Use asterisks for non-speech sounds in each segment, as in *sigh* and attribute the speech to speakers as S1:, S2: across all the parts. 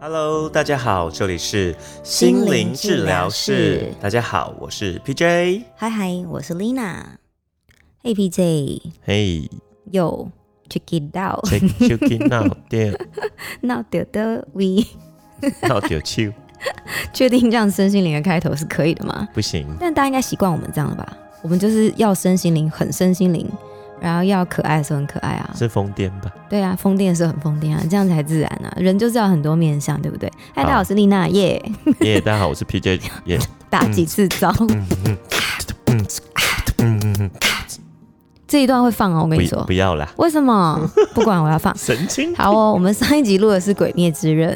S1: Hello，大家好，这里是
S2: 心灵治疗室
S1: 大家好，我是 PJ。
S2: 嗨嗨，我是 Lina。Hey PJ，
S1: 嘿、
S2: 有 check it out， *laughs*
S1: c h e c k chicken *laughs* 闹掉
S2: 那得的 we， *laughs*
S1: 闹掉球，
S2: 确定这样身心灵的开头是可以的吗？
S1: 不行，
S2: 但大家应该习惯我们这样了吧？我们就是要身心灵，很身心灵，然后要可爱的时候很可爱啊，
S1: 是疯癫 *laughs* 吧？
S2: 对啊，疯癫的时候很疯癫啊，这样才自然啊。人就是要很多面相，对不对？嗨，大家好，我是丽娜耶，
S1: 耶、大家好，我是 PJ 耶、
S2: 打几次招？这一段会放哦，我跟你
S1: 不
S2: 说
S1: 不，要啦，
S2: 为什么？不管我要放。
S1: 神经。
S2: 好哦，我们上一集录的是《鬼灭之刃》，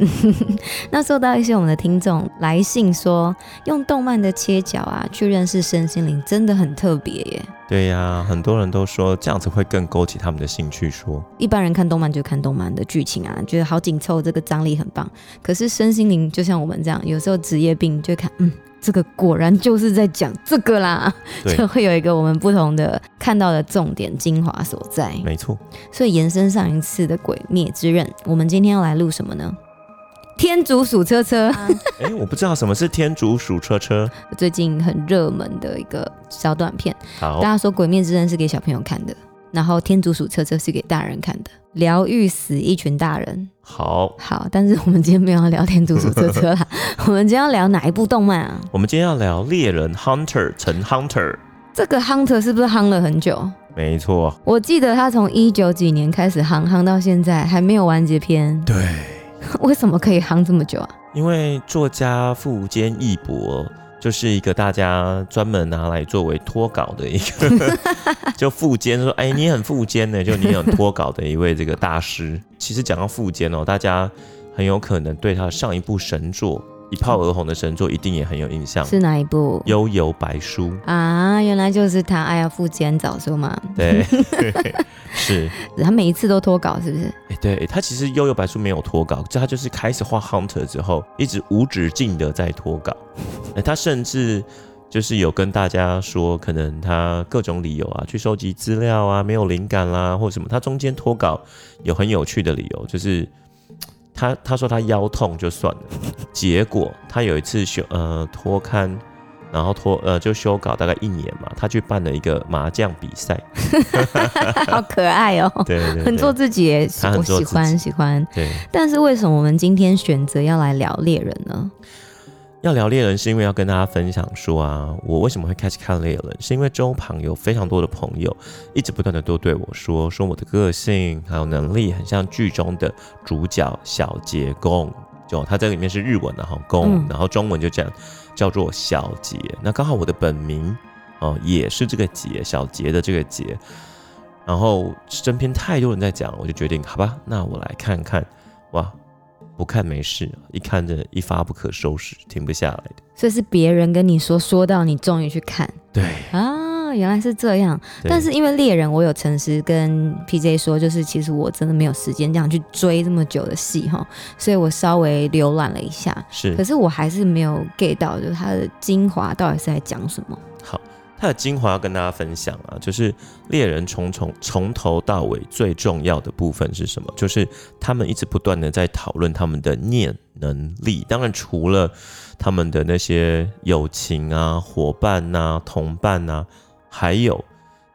S2: *laughs* 那收到一些我们的听众来信说，用动漫的切角啊去认识身心灵，真的很特别耶。
S1: 对呀、很多人都说这样子会更勾起他们的兴趣说，
S2: 一般人看动漫就看动漫的剧情啊，觉得好紧凑，这个张力很棒。可是身心灵就像我们这样，有时候职业病就会看，嗯，这个果然就是在讲这个啦，
S1: 对
S2: *laughs* 就会有一个我们不同的看到的重点精华所在。
S1: 没错，
S2: 所以延伸上一次的《鬼灭之刃》，我们今天要来录什么呢？天竺鼠车车，
S1: 哎、我不知道什么是天竺鼠车车。
S2: 最近很热门的一个小短片。
S1: 好
S2: 大，家说《鬼灭之刃》是给小朋友看的，然后《天竺鼠车车》是给大人看的，疗愈死一群大人。
S1: 好，
S2: 好，但是我们今天没有要聊《天竺鼠车车》
S1: *laughs*
S2: 啦，我们今天要聊哪一部动漫啊？
S1: 我们今天要聊猎人 Hunter 陈 Hunter，
S2: 这个 Hunter 是不是夯了很久？
S1: 没错，
S2: 我记得他从一九几年开始夯，夯到现在还没有完结篇，
S1: 对。
S2: 为什么可以夯这么久啊？
S1: 因为作家富坚义博就是一个大家专门拿来作为脱稿的一个，就富坚说：“哎，你很富坚呢，就你很脱稿的一位这个大师。”其实讲到富坚哦，大家很有可能对他上一部神作一炮而红的神作一定也很有印象，《
S2: 是哪一部？
S1: 幽游白书》。
S2: 啊，原来就是他，哎呀，富坚早说嘛，
S1: 对，是，
S2: 他每一次都脱稿，是不是？
S1: *laughs* 哎，对他其实《幽游白书》没有脱稿，就他就是开始画 Hunter 之后，一直无止境的在脱稿。 *laughs* 哎，他甚至就是有跟大家说，可能他各种理由啊，去收集资料啊，没有灵感啦、或者什么。他中间脱稿有很有趣的理由，就是他他说他腰痛就算了，结果他有一次修呃脱刊。然后脱呃就修稿大概一年嘛，他去办了一个麻将比赛，
S2: 好可爱哦、
S1: 对对对，
S2: *laughs* 很做自己耶
S1: 他，很
S2: 我
S1: 做
S2: 喜
S1: 自己
S2: 欢喜欢。
S1: 对。
S2: 但是为什么我们今天选择要来聊猎人呢？
S1: 要聊猎人，是因为要跟大家分享说啊，我为什么会开始看猎人，是因为周旁有非常多的朋友一直不断的都对我说，说我的个性还有能力很像剧中的主角小杰公，就他这里面是日文的哈公，
S2: 嗯
S1: 然后中文就讲叫做小杰，那刚好我的本名哦、也是这个杰，小杰的这个杰，然后身边太多人在讲，我就决定好吧，那我来看看，哇。不看没事，一看这一发不可收拾，停不下来的。
S2: 所以是别人跟你说，说到你终于去看
S1: 对，
S2: 啊，原来是这样。
S1: 对
S2: 但是因为猎人，我有诚实跟 PJ 说，就是其实我真的没有时间这样去追这么久的戏哈，所以我稍微浏览了一下，可
S1: 是
S2: 是我还是没有 get 到，就是它的精华到底是在讲什么。
S1: 它的精华要跟大家分享啊，就是猎人从从从头到尾最重要的部分是什么？就是他们一直不断的在讨论他们的念能力。当然，除了他们的那些友情啊、伙伴呐、同伴呐、还有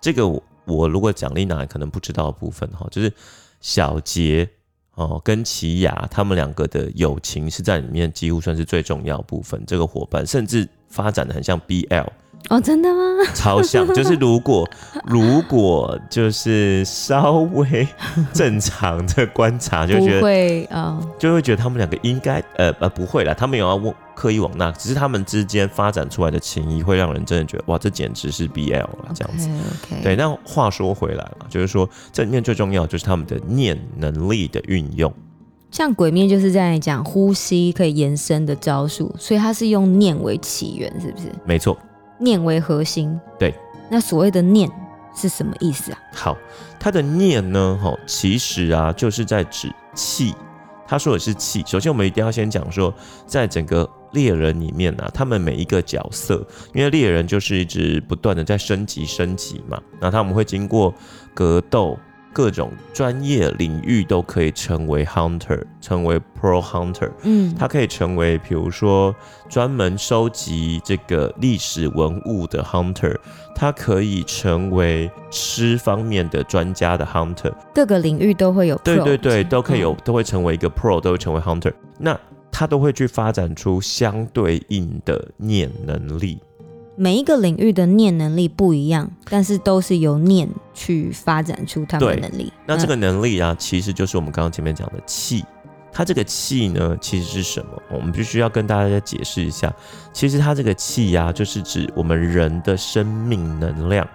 S1: 这个我我如果讲丽娜可能不知道的部分哈，就是小杰哦跟奇雅他们两个的友情是在里面几乎算是最重要的部分。这个伙伴甚至发展的很像 BL，
S2: 哦，真的吗？
S1: 超像，
S2: *laughs*
S1: 就是如果如果就是稍微正常的观察，就
S2: 不
S1: 觉得
S2: 会啊、哦
S1: 就会觉得他们两个应该呃呃不会啦，他们有要往刻意往那，只是他们之间发展出来的情谊会让人真的觉得哇，这简直是 BL 了这样子。
S2: OK，, o k
S1: 对，那话说回来了，就是说这里面最重要的就是他们的念能力的运用。
S2: 像《鬼面就是在讲呼吸可以延伸的招数，所以它是用念为起源，是不是？
S1: 没错，
S2: 念为核心。
S1: 对。
S2: 那所谓的念是什么意思啊？
S1: 好，它的念呢，哈，其实啊，就是在指气。他说的是气。首先，我们一定要先讲说，在整个猎人里面啊，他们每一个角色，因为猎人就是一直不断的在升级升级嘛，然后他们会经过格斗，各种专业领域都可以成为 hunter，成为 pro hunter。
S2: 嗯，
S1: 他可以成为，比如说专门收集这个历史文物的 hunter，他可以成为吃方面的专家的 hunter，
S2: 各个领域都会有 pro，
S1: 对对对，都可以有
S2: 嗯，
S1: 都会成为一个 pro，都会成为 hunter。那他都会去发展出相对应的念能力。
S2: 每一个领域的念能力不一样，但是都是由念去发展出他们的能力。嗯
S1: 那这个能力啊，其实就是我们刚刚前面讲的气。它这个气呢，其实是什么？我们必须要跟大家解释一下。其实它这个气呀、就是指我们人的生命能量。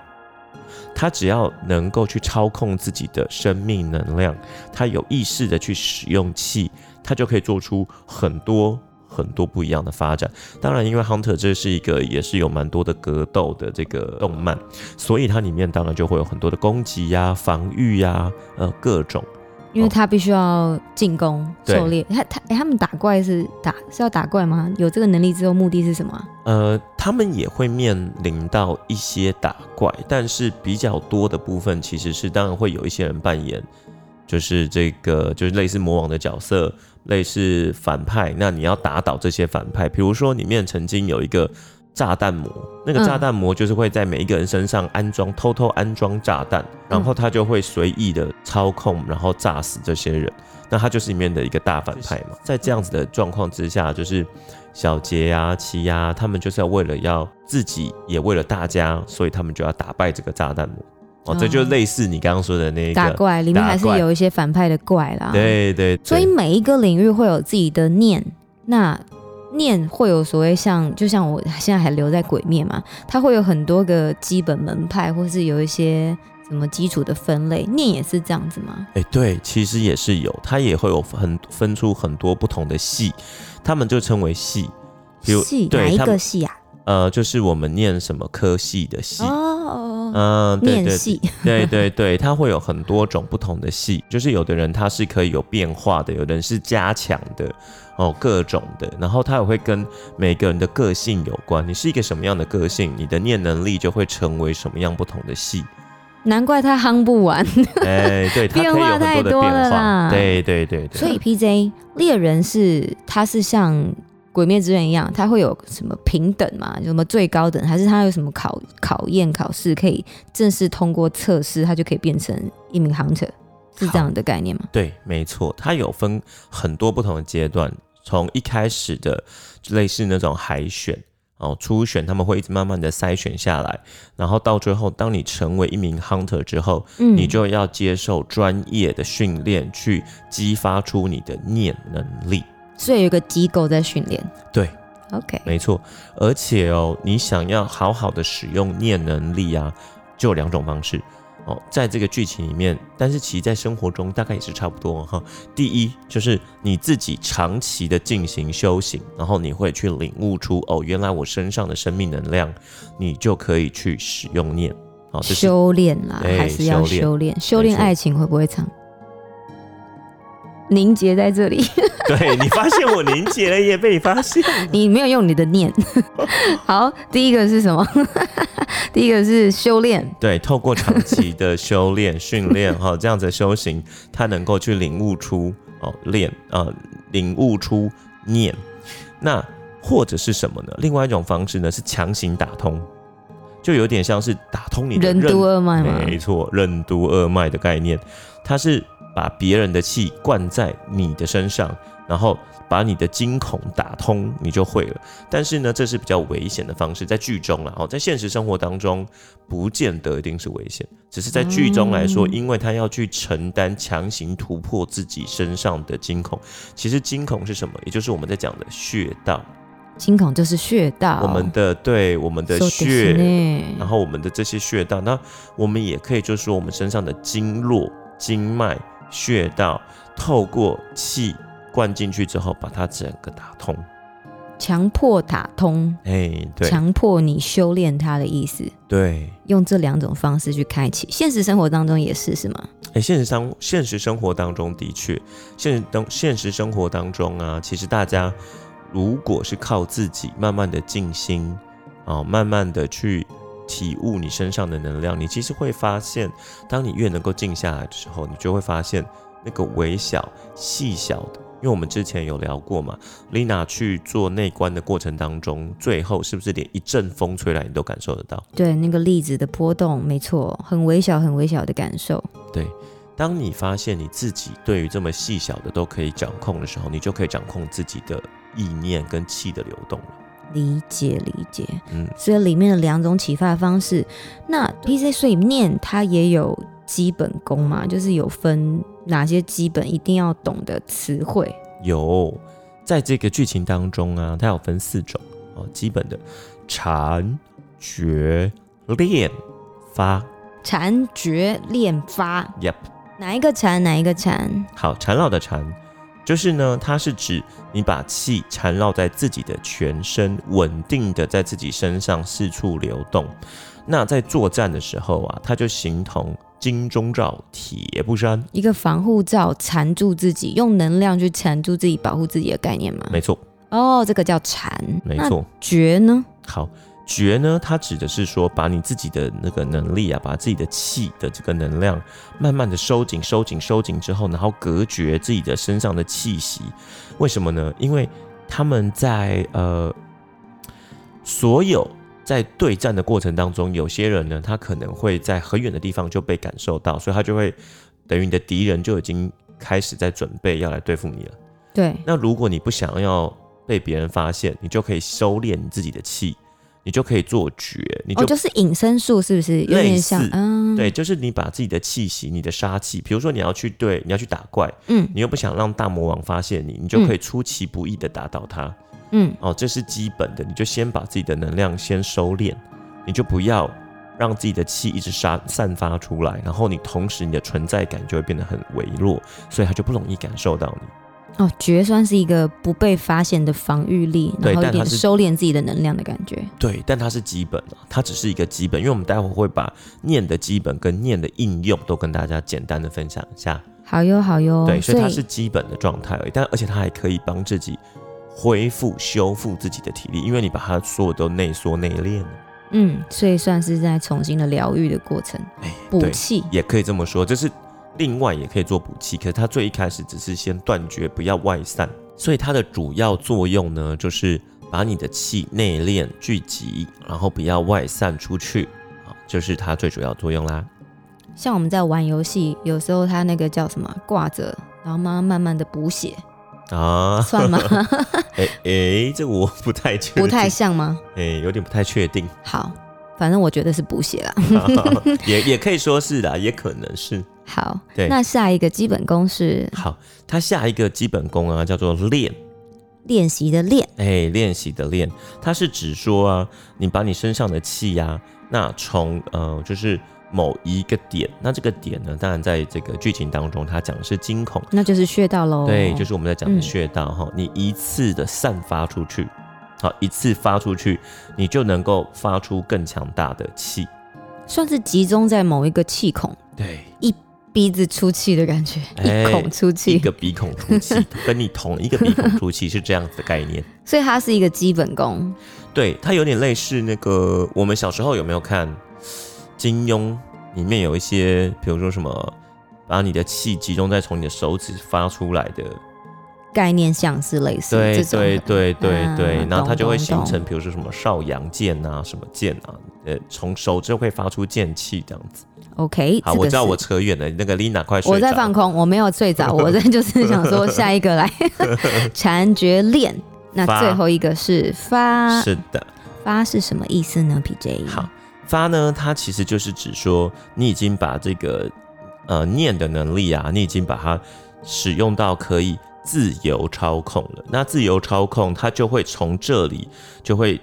S1: 它只要能够去操控自己的生命能量，它有意识的去使用气，它就可以做出很多很多不一样的发展。当然，因为 Hunter 这是一个也是有蛮多的格斗的这个动漫，所以它里面当然就会有很多的攻击呀、防御呀、呃各种。
S2: 因为他必须要进攻、
S1: 对
S2: 狩猎。他他、诶他们打怪是打是要打怪吗？有这个能力之后，目的是什么啊？
S1: 呃，他们也会面临到一些打怪，但是比较多的部分其实是，当然会有一些人扮演，就是这个就是类似魔王的角色，类似反派。那你要打倒这些反派，比如说里面曾经有一个炸弹魔，那个
S2: 嗯
S1: 炸弹魔就是会在每一个人身上安装，偷偷安装炸弹，然后他就会随意的操控，然后炸死这些人。那他就是里面的一个大反派嘛。在这样子的状况之下，就是小杰啊、奇呀、他们就是要为了要自己，也为了大家，所以他们就要打败这个炸弹魔。哦，这就
S2: 哦
S1: 类似你刚刚说的那一
S2: 打
S1: 个，
S2: 怪里面还是
S1: 打怪
S2: 有一些反派的怪啦。，
S1: 对对对，
S2: 所以每一个领域会有自己的念，那念会有所谓像，就像我现在还留在鬼灭嘛，它会有很多个基本门派，或是有一些什么基础的分类，念也是这样子吗？
S1: 哎、对，其实也是有，它也会有很分出很多不同的系，他们就称为系，比如
S2: 系
S1: 对
S2: 哪一
S1: 他
S2: 个
S1: 们
S2: 系啊？
S1: 呃，就是我们念什么科系的系，
S2: 哦，
S1: 嗯，对
S2: 念
S1: 对
S2: 系，
S1: 对对对，它会有很多种不同的系，就是有的人他是可以有变化的，有的人是加强的，哦，各种的，然后它也会跟每个人的个性有关，你是一个什么样的个性，你的念能力就会成为什么样不同的系，
S2: 难怪他夯不完。
S1: 哎、对，它可以有
S2: 变化
S1: 很
S2: 太
S1: 多的
S2: 多了
S1: 变化
S2: 啦，
S1: 对对对啊对，
S2: 所以 PJ 猎人是他是像《鬼灭之刃》一样，他会有什么平等嘛？有什么最高等？还是他有什么考考验考试可以正式通过测试，他就可以变成一名 hunter？是这样的概念吗？
S1: 对，没错，它有分很多不同的阶段，从一开始的类似那种海选哦、初选，他们会一直慢慢的筛选下来，然后到最后，当你成为一名 hunter 之后，
S2: 嗯
S1: 你就要接受专业的训练，去激发出你的念能力。
S2: 所以有一个机构在训练。
S1: 对
S2: ，OK，
S1: 没错，而且哦，你想要好好的使用念能力啊，就有两种方式哦，在这个剧情里面，但是其实在生活中大概也是差不多哦哈。第一就是你自己长期的进行修行，然后你会去领悟出哦，原来我身上的生命能量，你就可以去使用念。哦，这是
S2: 修炼啦，
S1: 哎
S2: 还是要修炼？修炼
S1: 没错
S2: 爱情会不会唱？凝结在
S1: *laughs*
S2: 这里，
S1: *laughs* 对你发现我凝结了，也被你发现。
S2: 你没有用你的念。 *laughs* 好，第一个是什么？ *laughs* 第一个是修炼。
S1: 对，透过长期的修炼、训练哈，这样子的修行，他能够去领悟出哦，练呃，领悟出念。那或者是什么呢？另外一种方式呢，是强行打通，就有点像是打通你的
S2: 任
S1: 任
S2: 督二脉嘛。
S1: 没错，任督二脉的概念，它是把别人的气灌在你的身上，然后把你的惊恐打通，你就会了。但是呢，这是比较危险的方式，在剧中啦，哦，在现实生活当中，不见得一定是危险，只是在剧中来说，
S2: 嗯
S1: 因为他要去承担强行突破自己身上的惊恐。其实惊恐是什么？也就是我们在讲的穴道，
S2: 惊恐就是穴道，
S1: 我们的对我们的
S2: 说得
S1: 穴
S2: 哦
S1: 啊
S2: 是。呢
S1: 然后我们的这些穴道，那我们也可以就是说我们身上的经络、经脉、穴道，透过气灌进去之后，把它整个打通。
S2: 强迫打通，
S1: 哎，对
S2: 强迫你修炼它的意思，
S1: 对，
S2: 用这两种方式去开启。现实生活当中也是是吗？
S1: 哎，现实生现实生活当中的确，现实当现实生活当中啊，其实大家如果是靠自己慢慢的静心啊、哦慢慢的去体悟你身上的能量，你其实会发现，当你越能够静下来的时候，你就会发现那个微小、细小的。因为我们之前有聊过嘛，Lina 去做内观的过程当中，最后是不是连一阵风吹来你都感受得到？
S2: 对，那个粒子的波动，没错，很微小、很微小的感受。
S1: 当你发现你自己对于这么细小的都可以掌控的时候，你就可以掌控自己的意念跟气的流动了。
S2: 理解理解，
S1: 嗯，
S2: 所以里面的两种启发方式，那 PC 所以念它也有基本功嘛，就是有分哪些基本一定要懂的词汇。
S1: 有，在这个剧情当中啊，它有分四种哦，基本的禅、觉、练、发。
S2: 禅觉练发，
S1: Yep，
S2: 哪一个禅？哪一个禅？
S1: 好，缠绕的缠，就是呢，它是指你把气缠绕在自己的全身，稳定的在自己身上四处流动。那在作战的时候啊，它就形同金钟罩铁布衫。
S2: 一个防护罩缠住自己，用能量去缠住自己，保护自己的概念嘛。
S1: 没错，
S2: 哦，这个叫禅。
S1: 没
S2: 那
S1: 错。
S2: 觉呢？
S1: 好，觉呢，它指的是说，把你自己的那个能力啊，把自己的气的这个能量，慢慢的收紧、收紧、收紧之后，然后隔绝自己的身上的气息。为什么呢？因为他们在呃，所有。在对战的过程当中，有些人呢，他可能会在很远的地方就被感受到，所以他就会等于你的敌人就已经开始在准备要来对付你了。
S2: 对，
S1: 那如果你不想要被别人发现，你就可以收敛你自己的气，你就可以做觉，你就,、
S2: 哦，就是隐身术，是不是有
S1: 类
S2: 点
S1: 似
S2: 像？嗯，
S1: 对，就是你把自己的气息、你的杀气，比如说你要去对你要去打怪，
S2: 嗯
S1: 你又不想让大魔王发现你，你就可以出其不意的打倒他。
S2: 嗯，
S1: 哦，这是基本的，你就先把自己的能量先收敛，你就不要让自己的气一直杀散发出来，然后你同时你的存在感就会变得很微弱，所以他就不容易感受到你。
S2: 哦，觉算是一个不被发现的防御力，
S1: 对
S2: 然
S1: 但
S2: 后有
S1: 它
S2: 点
S1: 是
S2: 收敛自己的能量的感觉。
S1: 对，但它是基本啊，它只是一个基本，因为我们待会会把念的基本跟念的应用都跟大家简单的分享一下。
S2: 好哟，好哟。
S1: 对，哦所以它是基本的状态而已，但而且它还可以帮自己恢复、修复自己的体力，因为你把它所有都内缩内练了。
S2: 嗯，所以算是在重新的疗愈的过程，
S1: 哎，
S2: 补
S1: 对，
S2: 气。
S1: 也可以这么说，就是另外也可以做补气，可是它最一开始只是先断绝，不要外散，所以它的主要作用呢，就是把你的气内敛聚集，然后不要外散出去，好，就是它最主要作用啦。
S2: 像我们在玩游戏，有时候它那个叫什么挂着，然后慢慢慢慢的补血，
S1: 啊，*laughs*
S2: 算吗？
S1: 哎哎，这我不太确定，
S2: 不太像吗？
S1: 哎，有点不太确定， *laughs*
S2: 好，反正我觉得是补血啦。 *laughs*
S1: 也也可以说是啦，也可能是。
S2: 好，
S1: 对
S2: 那下一个基本功是
S1: 好，它下一个基本功啊，叫做练。
S2: 练习的练，
S1: 哎，练习的练，它是指说啊，你把你身上的气呀、那从呃就是某一个点，那这个点呢，当然在这个剧情当中，它讲的是惊恐，
S2: 那就是穴道喽。
S1: 对，就是我们在讲的
S2: 哦嗯
S1: 穴道哈、你一次的散发出去，好，一次发出去，你就能够发出更强大的气，
S2: 算是集中在某一个气孔，
S1: 对，
S2: 鼻子出气的感觉，
S1: 哎
S2: 一孔出
S1: 一
S2: 气，
S1: 个鼻孔出气，跟你同一个鼻孔出气是这样子的概念。
S2: 所以它是一个基本功。
S1: 对，它有点类似那个我们小时候有没有看金庸里面有一些，比如说什么，把你的气集中在从你的手指发出来的，
S2: 概念像是类似
S1: 对
S2: 这种
S1: 对
S2: 的，
S1: 对对
S2: 嗯
S1: 对，然后它
S2: 懂
S1: 就会
S2: 懂
S1: 形
S2: 懂
S1: 成，比如说什么少阳剑啊，什么剑啊，呃，从手指会发出剑气这样子。
S2: OK，
S1: 好，
S2: 这个
S1: 我知道
S2: 是
S1: 我扯远了，那个 Lina 快睡着
S2: 我在放空，我没有
S1: *laughs*
S2: 睡着，我在就是想说下一个来禅觉练。那
S1: 发
S2: 最后一个是发，
S1: 是的，
S2: 发是什么意思呢？PJ
S1: 好，发呢，它其实就是指说你已经把这个呃念的能力啊，你已经把它使用到可以自由操控了。那自由操控，它就会从这里就会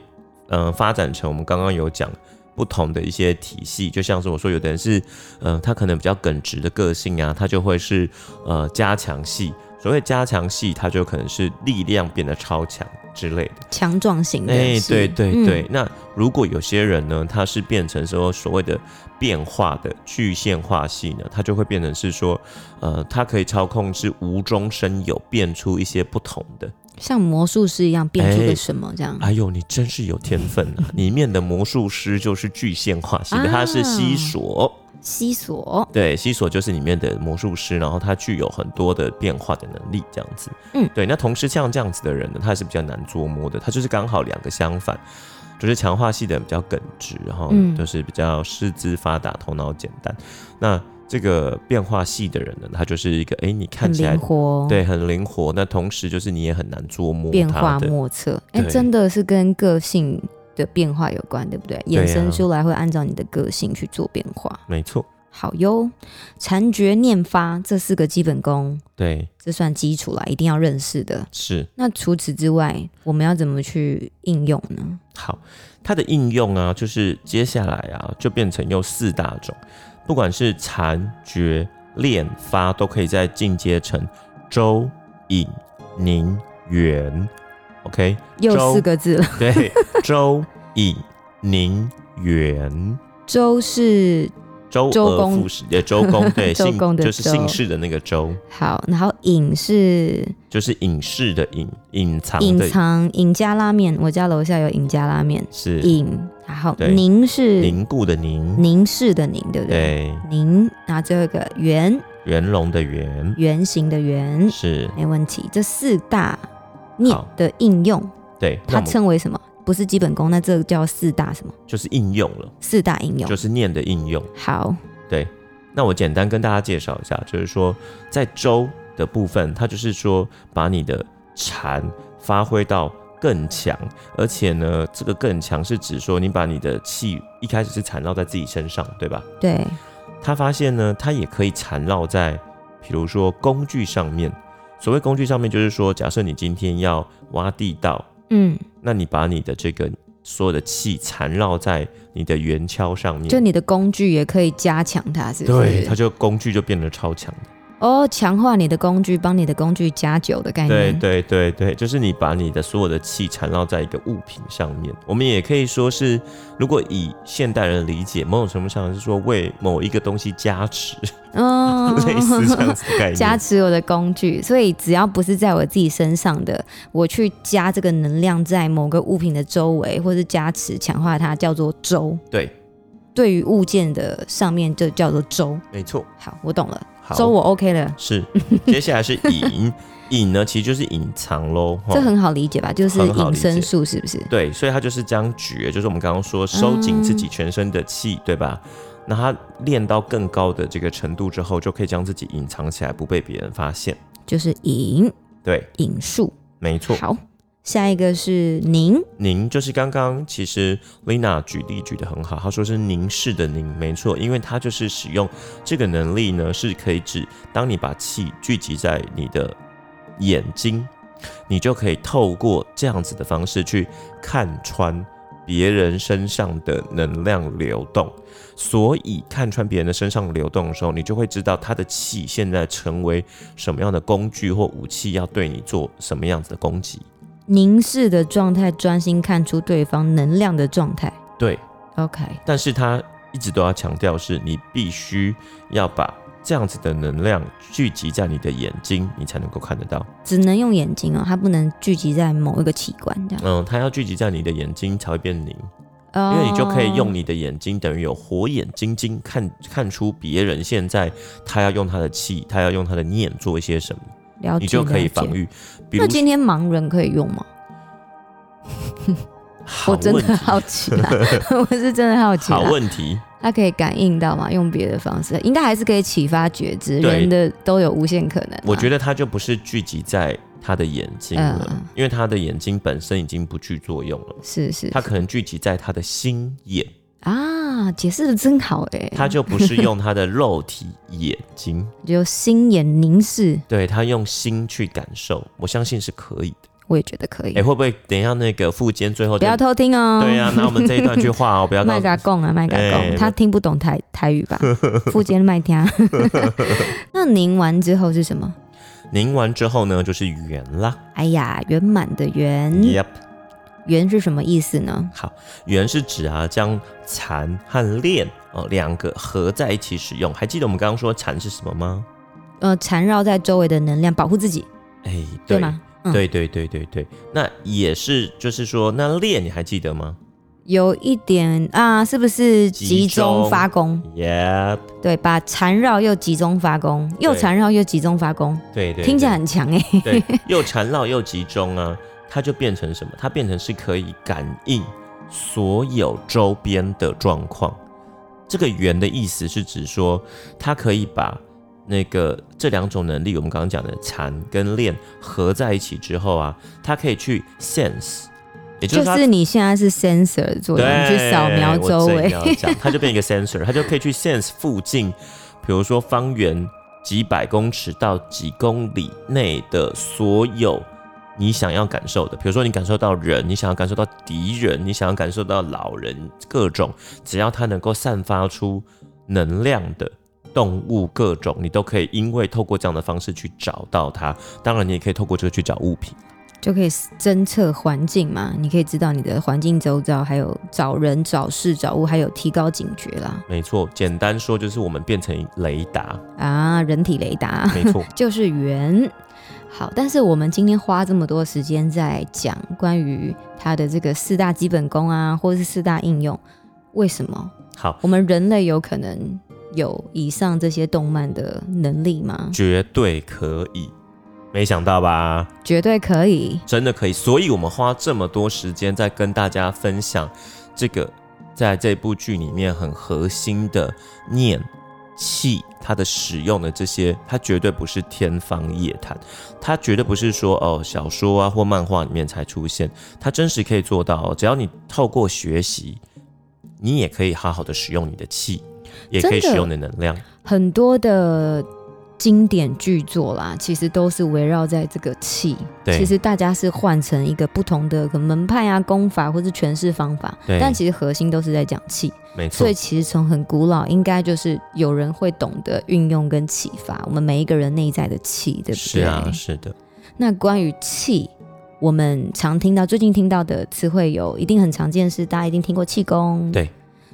S1: 呃发展成我们刚刚有讲。不同的一些体系，就像是我说，有的人是，呃，他可能比较耿直的个性啊，他就会是呃加强系。所谓加强系，它就可能是力量变得超强之类的。
S2: 强壮型的
S1: 哎、
S2: 是，
S1: 对对
S2: 嗯
S1: 对，，那如果有些人呢，他是变成说所谓的变化的具现化系呢，他就会变成是说，呃，他可以操控是无中生有，变出一些不同的。
S2: 像魔术师一样变出个什么这样。
S1: 哎呦，你真是有天分啊！里面的魔术师就是具现化型的，他是西索。
S2: 西索，
S1: 对，西索就是里面的魔术师，然后他具有很多的变化的能力，这样子。
S2: 嗯
S1: 对。那同时像这样子的人呢，他是比较难捉摸的，他就是刚好两个相反，就是强化系的人比较耿直，然后
S2: 嗯
S1: 就是比较四肢发达、头脑简单。那这个变化系的人呢，他就是一个，哎，你看
S2: 很
S1: 起来
S2: 灵活，，哦
S1: 对很灵活，那同时就是你也很难捉摸
S2: 变
S1: 他
S2: 化
S1: 的。
S2: 莫测。哎、
S1: 对
S2: 真的是跟个性的变化有关，对不对？
S1: 啊
S2: 衍生出来会按照你的个性去做变化。
S1: 没错，
S2: 好哟，察觉、念发这四个基本功，
S1: 对，
S2: 这算基础啦，一定要认识的。
S1: 是。
S2: 那除此之外，我们要怎么去应用呢？
S1: 好，它的应用啊，就是接下来啊，就变成有四大种，不管是禅、觉、练、发，都可以再进阶成周、引、宁、元。OK，周
S2: *laughs* 又四个字了，
S1: 对，周、引、宁、元。
S2: 周是
S1: 周
S2: 周
S1: 而
S2: 公
S1: 复始，也周公
S2: *laughs*
S1: 对
S2: 周
S1: 姓
S2: 公的
S1: 就是
S2: 周
S1: 姓氏的那个周，
S2: 好，然后隐是
S1: 就是隐士的隐，隐藏
S2: 隐
S1: 的隐
S2: 藏尹家拉面，我家楼下有尹家拉面。
S1: 是
S2: 尹，然后
S1: 对
S2: 宁是
S1: 凝固的凝，
S2: 凝视的凝，对不对？
S1: 对，
S2: 凝，然后最后一个圆，
S1: 圆融的圆
S2: 圆形的圆，
S1: 是
S2: 没问题。这四大念
S1: 好
S2: 的应用，
S1: 对，那
S2: 它
S1: 我们
S2: 称为什么？不是基本功，那这个叫四大什么？
S1: 就是应用了。
S2: 四大应用
S1: 就。是念的应用。
S2: 好，
S1: 那我简单跟大家介绍一下，就是说在周的部分，它就是说把你的禅发挥到更强，而且呢，这个更强是指说你把你的气一开始是缠绕在自己身上，对吧？
S2: 对，
S1: 他发现呢，它也可以缠绕在，比如说工具上面。所谓工具上面，就是说，假设你今天要挖地道，
S2: 嗯，
S1: 那你把你的这个所有的气缠绕在你的圆锹上面，
S2: 就你的工具也可以加强它，是不
S1: 对，
S2: 是
S1: 它？就工具就变得超强。
S2: 哦，强化你的工具，帮你的工具加酒的概
S1: 对
S2: 念。
S1: 对对对，就是你把你的所有的气缠绕在一个物品上面。我们也可以说是，如果以现代人的理解，某种程度上是说为某一个东西加持，
S2: *laughs* 嗯
S1: *laughs* 类似这样子的概念。
S2: 加持我的工具，所以只要不是在我自己身上的，我去加这个能量在某个物品的周围，或是加持强化它，叫做周。
S1: 对，
S2: 对于物件的上面就叫做周。
S1: 没错。
S2: 好，我懂了，
S1: 好，
S2: 周我 OK 了， *laughs*
S1: 是接下来是隐，隐呢其实就是隐藏喽。吼
S2: 这很好理解吧？就是
S1: 很好理
S2: 隐
S1: 解
S2: 身术是不是？
S1: 对，所以它就是将觉，就是我们刚刚说收紧自己全身的气，对吧？
S2: 嗯
S1: 那它练到更高的这个程度之后，就可以将自己隐藏起来，不被别人发现。
S2: 就是隐
S1: 对，
S2: 隐术。
S1: 没错。
S2: 好，下一个是凝，
S1: 您就是刚刚其实 Lina 举例举得很好，她说是凝视的凝，没错，因为它就是使用这个能力呢，是可以指当你把气聚集在你的眼睛，你就可以透过这样子的方式去看穿别人身上的能量流动。所以看穿别人的身上流动的时候，你就会知道他的气现在成为什么样的工具或武器，要对你做什么样子的攻击。
S2: 凝视的状态，专心看出对方能量的状态。
S1: 对，
S2: OK，
S1: 但是他一直都要强调是，你必须要把这样子的能量聚集在你的眼睛，你才能够看得到。
S2: 只能用眼睛哦，它不能聚集在某一个器官这样。
S1: 嗯，它要聚集在你的眼睛才会变灵，
S2: 哦
S1: 因为你就可以用你的眼睛，等于有火眼金睛看看出别人现在他要用他的气，他要用他的念做一些什么，
S2: 了解，
S1: 你就可以
S2: 哦了解
S1: 防。御。比
S2: 那
S1: 如
S2: 今天盲人可以用吗？
S1: 好
S2: 我真
S1: 问
S2: 的
S1: 题，
S2: 好奇啦， *laughs* 我是啊真的好奇
S1: 好
S2: 啦。
S1: 问题，
S2: 他可以感应到吗？用别的方式，应该还是可以启发觉知，
S1: 对
S2: 人的都有无限可能嘛。
S1: 我觉
S2: 得
S1: 得他就不是聚集在他的眼睛了，
S2: 嗯嗯
S1: 因为他的眼睛本身已经不具作用了。
S2: 是是
S1: 它可能聚集在他的心眼，
S2: 啊，解释的真好哎、
S1: 他
S2: 欸，
S1: 就不是用他的肉体眼睛， *laughs*
S2: 就心眼凝视，
S1: 对他用心去感受，我相信是可以的。
S2: 我也觉得可以。
S1: 哎、会不会等一下那个副监最后
S2: 不
S1: 就
S2: 要偷听哦。
S1: 对呀、拿我们这一段
S2: *laughs*
S1: 去画哦，不要
S2: 麦
S1: 让
S2: 嘎贡啊，麦嘎
S1: 哎
S2: 贡，他听不懂台
S1: *laughs*
S2: 台语吧？富坚麦听。啊 *laughs* 那您完之后是什么？
S1: 凝完之后呢，就是圆啦。
S2: 哎呀，圆满的圆，
S1: Yep，
S2: 圆是什么意思呢？
S1: 圆是指啊将禅和练哦两个合在一起使用。还记得我们刚刚说禅是什么吗？
S2: 呃，缠绕在周围的能量保护自己，
S1: 哎、
S2: 对吗？嗯
S1: 对对对对对，那也是，就是说，那猎你还记得吗
S2: 有一点啊，是不是集
S1: 集中
S2: 中发功？
S1: ？Yeah，
S2: 对，把缠绕又集中发功，又
S1: 对
S2: 缠绕又集中发功，
S1: 对对，
S2: 听起来
S1: 对
S2: 很强哎、
S1: 对，又缠绕又集中啊，它就变成什么？它变成是可以感应所有周边的状况。这个圆的意思是指说，它可以把那个这两种能力，我们刚刚讲的缠跟链合在一起之后啊，它可以去 sense，也就是
S2: 就
S1: 它
S2: 是你现在是 sensor 的作用，
S1: 对，
S2: 你去扫描周
S1: 我正
S2: 围。
S1: 要讲，它就变一个 sensor，它就可以去 sense 附近，比如说方圆几百公尺到几公里内的所有你想要感受的，比如说你感受到人，你想要感受到敌人，你想要感受到老人，各种只要它能够散发出能量的。动物各种，你都可以因为透过这样的方式去找到它。当然，你也可以透过这个去找物品。
S2: 就可以侦测环境嘛，你可以知道你的环境周遭，还有找人、找事、找物，还有提高警觉啦。
S1: 没错，简单说就是我们变成雷达。
S2: 啊，人体雷达
S1: 没错，
S2: 就是圆。好，但是我们今天花这么多时间在讲关于它的这个四大基本功啊，或是四大应用，为什么
S1: 好，
S2: 我们人类有可能有以上这些动漫的能力吗？
S1: 绝对可以。没想到吧？
S2: 绝对可以。
S1: 真的可以，所以我们花这么多时间在跟大家分享这个，在这部剧里面很核心的念气，它的使用的这些，它绝对不是天方夜谭，它绝对不是说哦小说啊或漫画里面才出现，它真实可以做到、哦，只要你透过学习，你也可以好好的使用你的气，也可以
S2: 真的
S1: 使用你的能量。
S2: 很多的经典巨作啦，其实都是围绕在这个气。
S1: 对
S2: 其实大家是换成一个不同的可能门派啊、功法或是诠释方法，
S1: 对
S2: 但其实核心都是在讲气。
S1: 没错
S2: 所以，其实从很古老，应该就是有人会懂得运用跟启发我们每一个人内在的气，对不对？
S1: 是啊，是的。
S2: 那关于气，我们常听到最近听到的词汇有，一定很常见是大家一定听过气功。
S1: 对。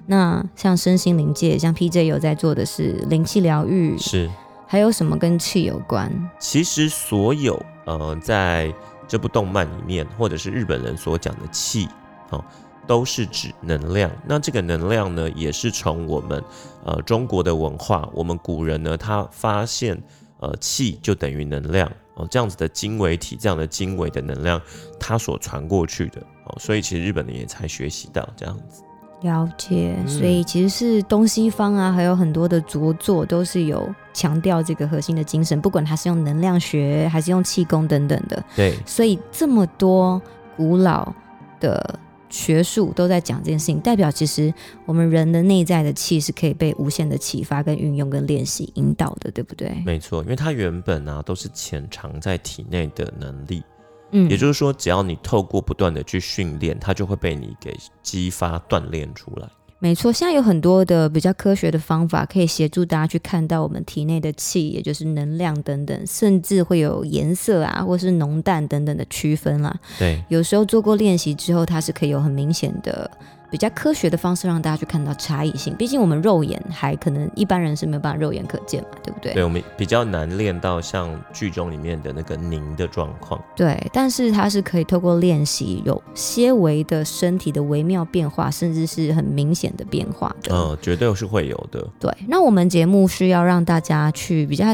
S2: 那像身心灵界，像 PJ 有在做的是灵气疗愈，
S1: 是，
S2: 还有什么跟气有关？
S1: 其实所有呃，在这部动漫里面，或者是日本人所讲的气哦，都是指能量。那这个能量呢，也是从我们呃中国的文化，我们古人呢，他发现呃气就等于能量哦，这样子的经纬体，这样的经纬的能量，它所传过去的哦，所以其实日本人也才学习到这样子。
S2: 了解，
S1: 嗯
S2: 所以其实是东西方啊，还有很多的着作都是有强调这个核心的精神，不管它是用能量学，还是用气功等等的，
S1: 对，
S2: 所以这么多古老的学术都在讲这件事情，代表其实我们人的内在的气是可以被无限的启发、跟运用、跟练习引导的，对不对？
S1: 没错，因为它原本啊都是潜藏在体内的能力。
S2: 嗯
S1: 也就是说，只要你透过不断的去训练，它就会被你给激发、锻炼出来。
S2: 没错，现在有很多的比较科学的方法，可以协助大家去看到我们体内的气，也就是能量等等，甚至会有颜色啊，或是浓淡等等的区分啊啦。
S1: 对，
S2: 有时候做过练习之后，它是可以有很明显的、比较科学的方式让大家去看到差异性。毕竟我们肉眼还可能一般人是没有办法肉眼可见嘛，对不对？
S1: 对我们比较难练到像剧中里面的那个凝的状况。
S2: 对，但是它是可以透过练习有些微的身体的微妙变化，甚至是很明显的变化的。
S1: 嗯、绝对是会有的。
S2: 对，那我们节目是要让大家去比较。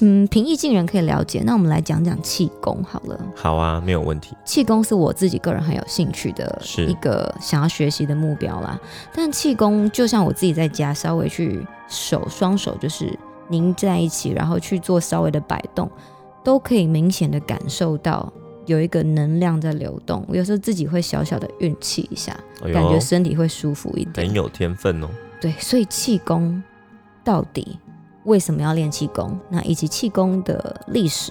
S2: 嗯，平易近人可以了解。那我们来讲讲气功好了。
S1: 好啊，没有问题。
S2: 气功是我自己个人很有兴趣的
S1: 是
S2: 一个想要学习的目标啦。但气功就像我自己在家稍微去手双手就是凝在一起，然后去做稍微的摆动，都可以明显的感受到有一个能量在流动。我有时候自己会小小的运气一下，
S1: 哎
S2: 感
S1: 呦
S2: 觉，身体会舒服一点
S1: 很。有天分哦。
S2: 对，所以气功到底为什么要练气功？那以及气功的历史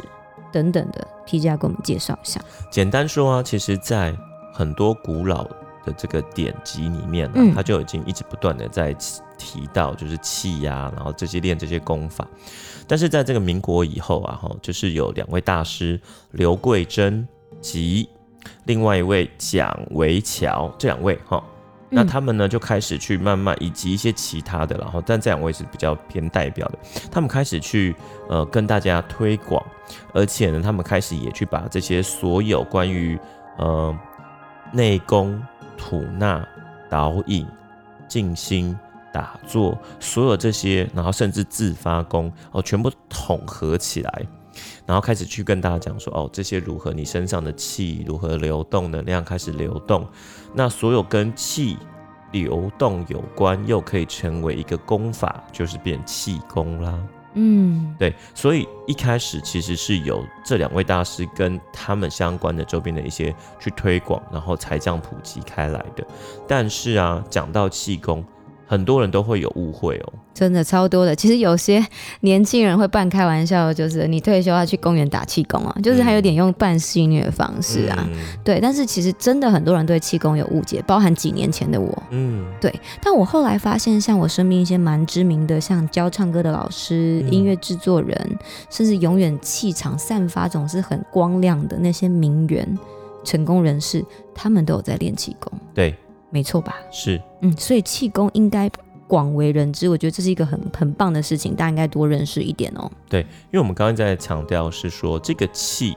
S2: 等等的，P 加给我们介绍一下。
S1: 简单说啊，其实，在很多古老的这个典籍里面呢、
S2: 嗯
S1: 它就已经一直不断的在提到，就是气呀、然后这些练这些功法。但是在这个民国以后啊，哈，就是有两位大师刘桂珍及另外一位蒋维乔这两位哈，那他们呢就开始去慢慢以及一些其他的，然后但这两位是比较偏代表的，他们开始去呃跟大家推广，而且呢他们开始也去把这些所有关于呃内功、吐纳、导引、静心。打坐，所有这些，然后甚至自发功哦，全部统合起来，然后开始去跟大家讲说，哦，这些如何你身上的气如何流动，能量开始流动，那所有跟气流动有关，又可以成为一个功法，就是变气功啦。
S2: 嗯，
S1: 对，所以一开始其实是有这两位大师跟他们相关的周边的一些去推广，然后才这样普及开来的。但是啊，讲到气功，很多人都会有误会哦。
S2: 真的超多的。其实有些年轻人会半开玩笑，就是你退休要去公园打气功啊，就是还有点用半戏虐的方式啊。
S1: 嗯
S2: 对，但是其实真的很多人对气功有误解，包含几年前的我。
S1: 嗯，
S2: 对，但我后来发现，像我身边一些蛮知名的，像教唱歌的老师、
S1: 嗯
S2: 音乐制作人，甚至永远气场散发总是很光亮的那些名媛、成功人士，他们都有在练气功，
S1: 对，
S2: 没错吧？
S1: 是，
S2: 嗯，所以气功应该广为人知，我觉得这是一个很很棒的事情，大家应该多认识一点哦。
S1: 因为我们刚刚在强调是说，这个气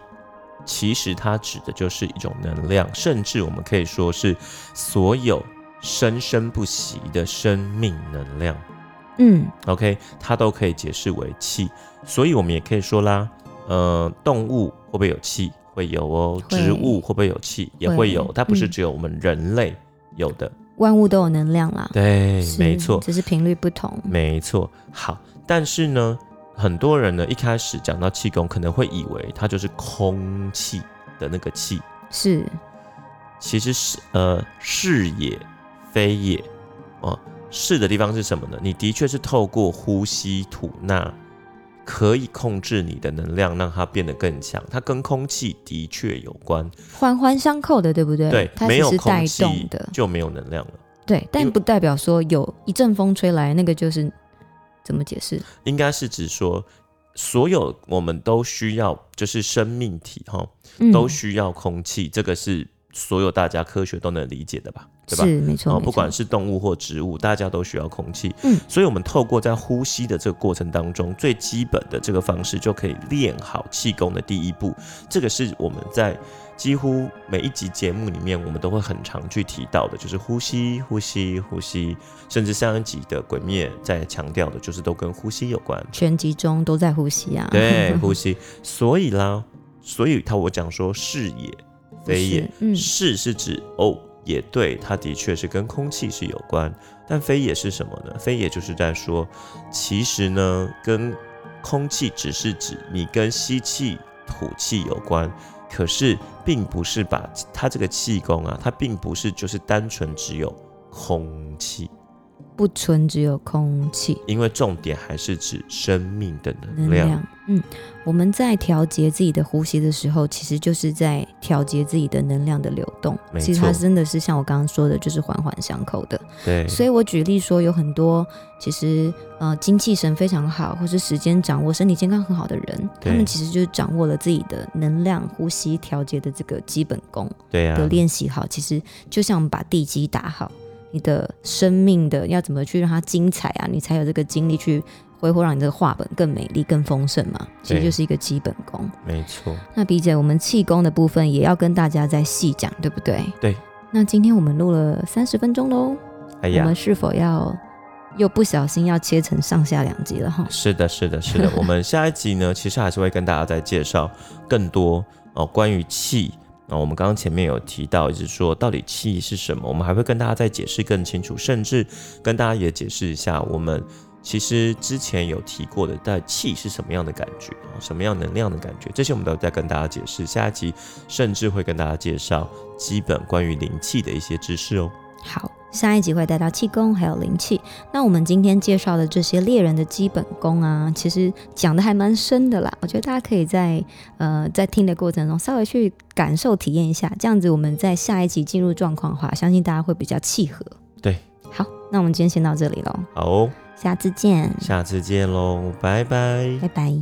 S1: 其实它指的就是一种能量，甚至我们可以说是所有生生不息的生命能量。
S2: 嗯
S1: OK，它都可以解释为气，所以我们也可以说啦，呃，动物会不会有气？会有哦。
S2: 会
S1: 植物会不会有气？也
S2: 会
S1: 会有。它不是
S2: 嗯
S1: 只有我们人类有的。
S2: 万物都有能量啦，
S1: 对，
S2: 是
S1: 哎没错。
S2: 只是频率不同。
S1: 没错，好，但是呢，很多人呢一开始讲到气功，可能会以为它就是空气的那个气，
S2: 是，
S1: 其实是呃是也非也哦，是的地方是什么呢？你的确是透过呼吸吐纳，可以控制你的能量，让它变得更强。它跟空气的确有关，
S2: 环环相扣的，对不对？
S1: 对，
S2: 它
S1: 没
S2: 只
S1: 有
S2: 是带
S1: 空
S2: 动
S1: 气
S2: 的，
S1: 就没有能量了。
S2: 对，
S1: 因
S2: 但
S1: 为
S2: 不代表说有一阵风吹来，那个就是怎么解释？
S1: 应该是指说，所有我们都需要，就是生命体哈。
S2: 嗯
S1: 都需要空气，这个是所有大家科学都能理解的吧？对吧？
S2: 是没错，
S1: 哦，
S2: 没
S1: 不管
S2: 错
S1: 是动物或植物，大家都需要空气。
S2: 嗯
S1: 所以我们透过在呼吸的这个过程当中，最基本的这个方式就可以练好气功的第一步。这个是我们在几乎每一集节目里面，我们都会很常去提到的，就是呼吸、呼吸、呼吸，甚至上一集的《鬼灭》在强调的，就是都跟呼吸有关。
S2: 全集中都在呼吸啊。 *laughs*
S1: 对，呼吸。所以啦，所以他我讲说是也，
S2: 不
S1: 非也
S2: 是，。嗯，
S1: 是是指哦，也对，它的确是跟空气是有关。但非也是什么呢？非也就是在说，其实呢，跟空气只是指你跟吸气、吐气有关，可是并不是把它这个气功啊，它并不是就是单纯只有空气，
S2: 不纯只有空气。
S1: 因为重点还是指生命的
S2: 能
S1: 能量。
S2: 量，嗯，我们在调节自己的呼吸的时候，其实就是在调节自己的能量的流动。
S1: 没
S2: 其实它
S1: 错
S2: 真的是像我刚刚说的，就是环环相扣的。
S1: 对，
S2: 所以我举例说，有很多其实呃精气神非常好，或是时间掌握、身体健康很好的人，他
S1: 对
S2: 们其实就是掌握了自己的能量、呼吸调节的这个基本功
S1: 对啊呀、
S2: 的练习好。其实就像我们把地基打好，你的生命的要怎么去让它精彩啊，你才有这个精力去挥霍，让你这个画本更美丽、更丰盛嘛。其实
S1: 对
S2: 就是一个基本功。
S1: 没错，
S2: 那比姐，我们气功的部分也要跟大家再细讲，对不对？
S1: 对。
S2: 那今天我们录了三十分钟喽。
S1: 哎
S2: 我
S1: 呀
S2: 们。是否要又不小心要切成上下两集了哈？
S1: 是的，是的，是的。我们下一集呢，其实还是会跟大家再介绍更多哦，关于气。啊、我们刚刚前面有提到，就是说到底气是什么，我们还会跟大家再解释更清楚，甚至跟大家也解释一下，我们其实之前有提过的，但气是什么样的感觉，啊什么样能量的感觉，这些我们都在跟大家解释。下一集甚至会跟大家介绍基本关于灵气的一些知识哦。
S2: 好，下一集会带到气功还有灵气。那我们今天介绍的这些猎人的基本功啊，其实讲的还蛮深的啦。我觉得大家可以在呃在听的过程中稍微去感受体验一下，这样子我们在下一集进入状况的话，相信大家会比较契合。
S1: 对，
S2: 好，那我们今天先到这里喽，
S1: 好哦、
S2: 下次见，
S1: 下次见喽，拜拜
S2: 拜拜。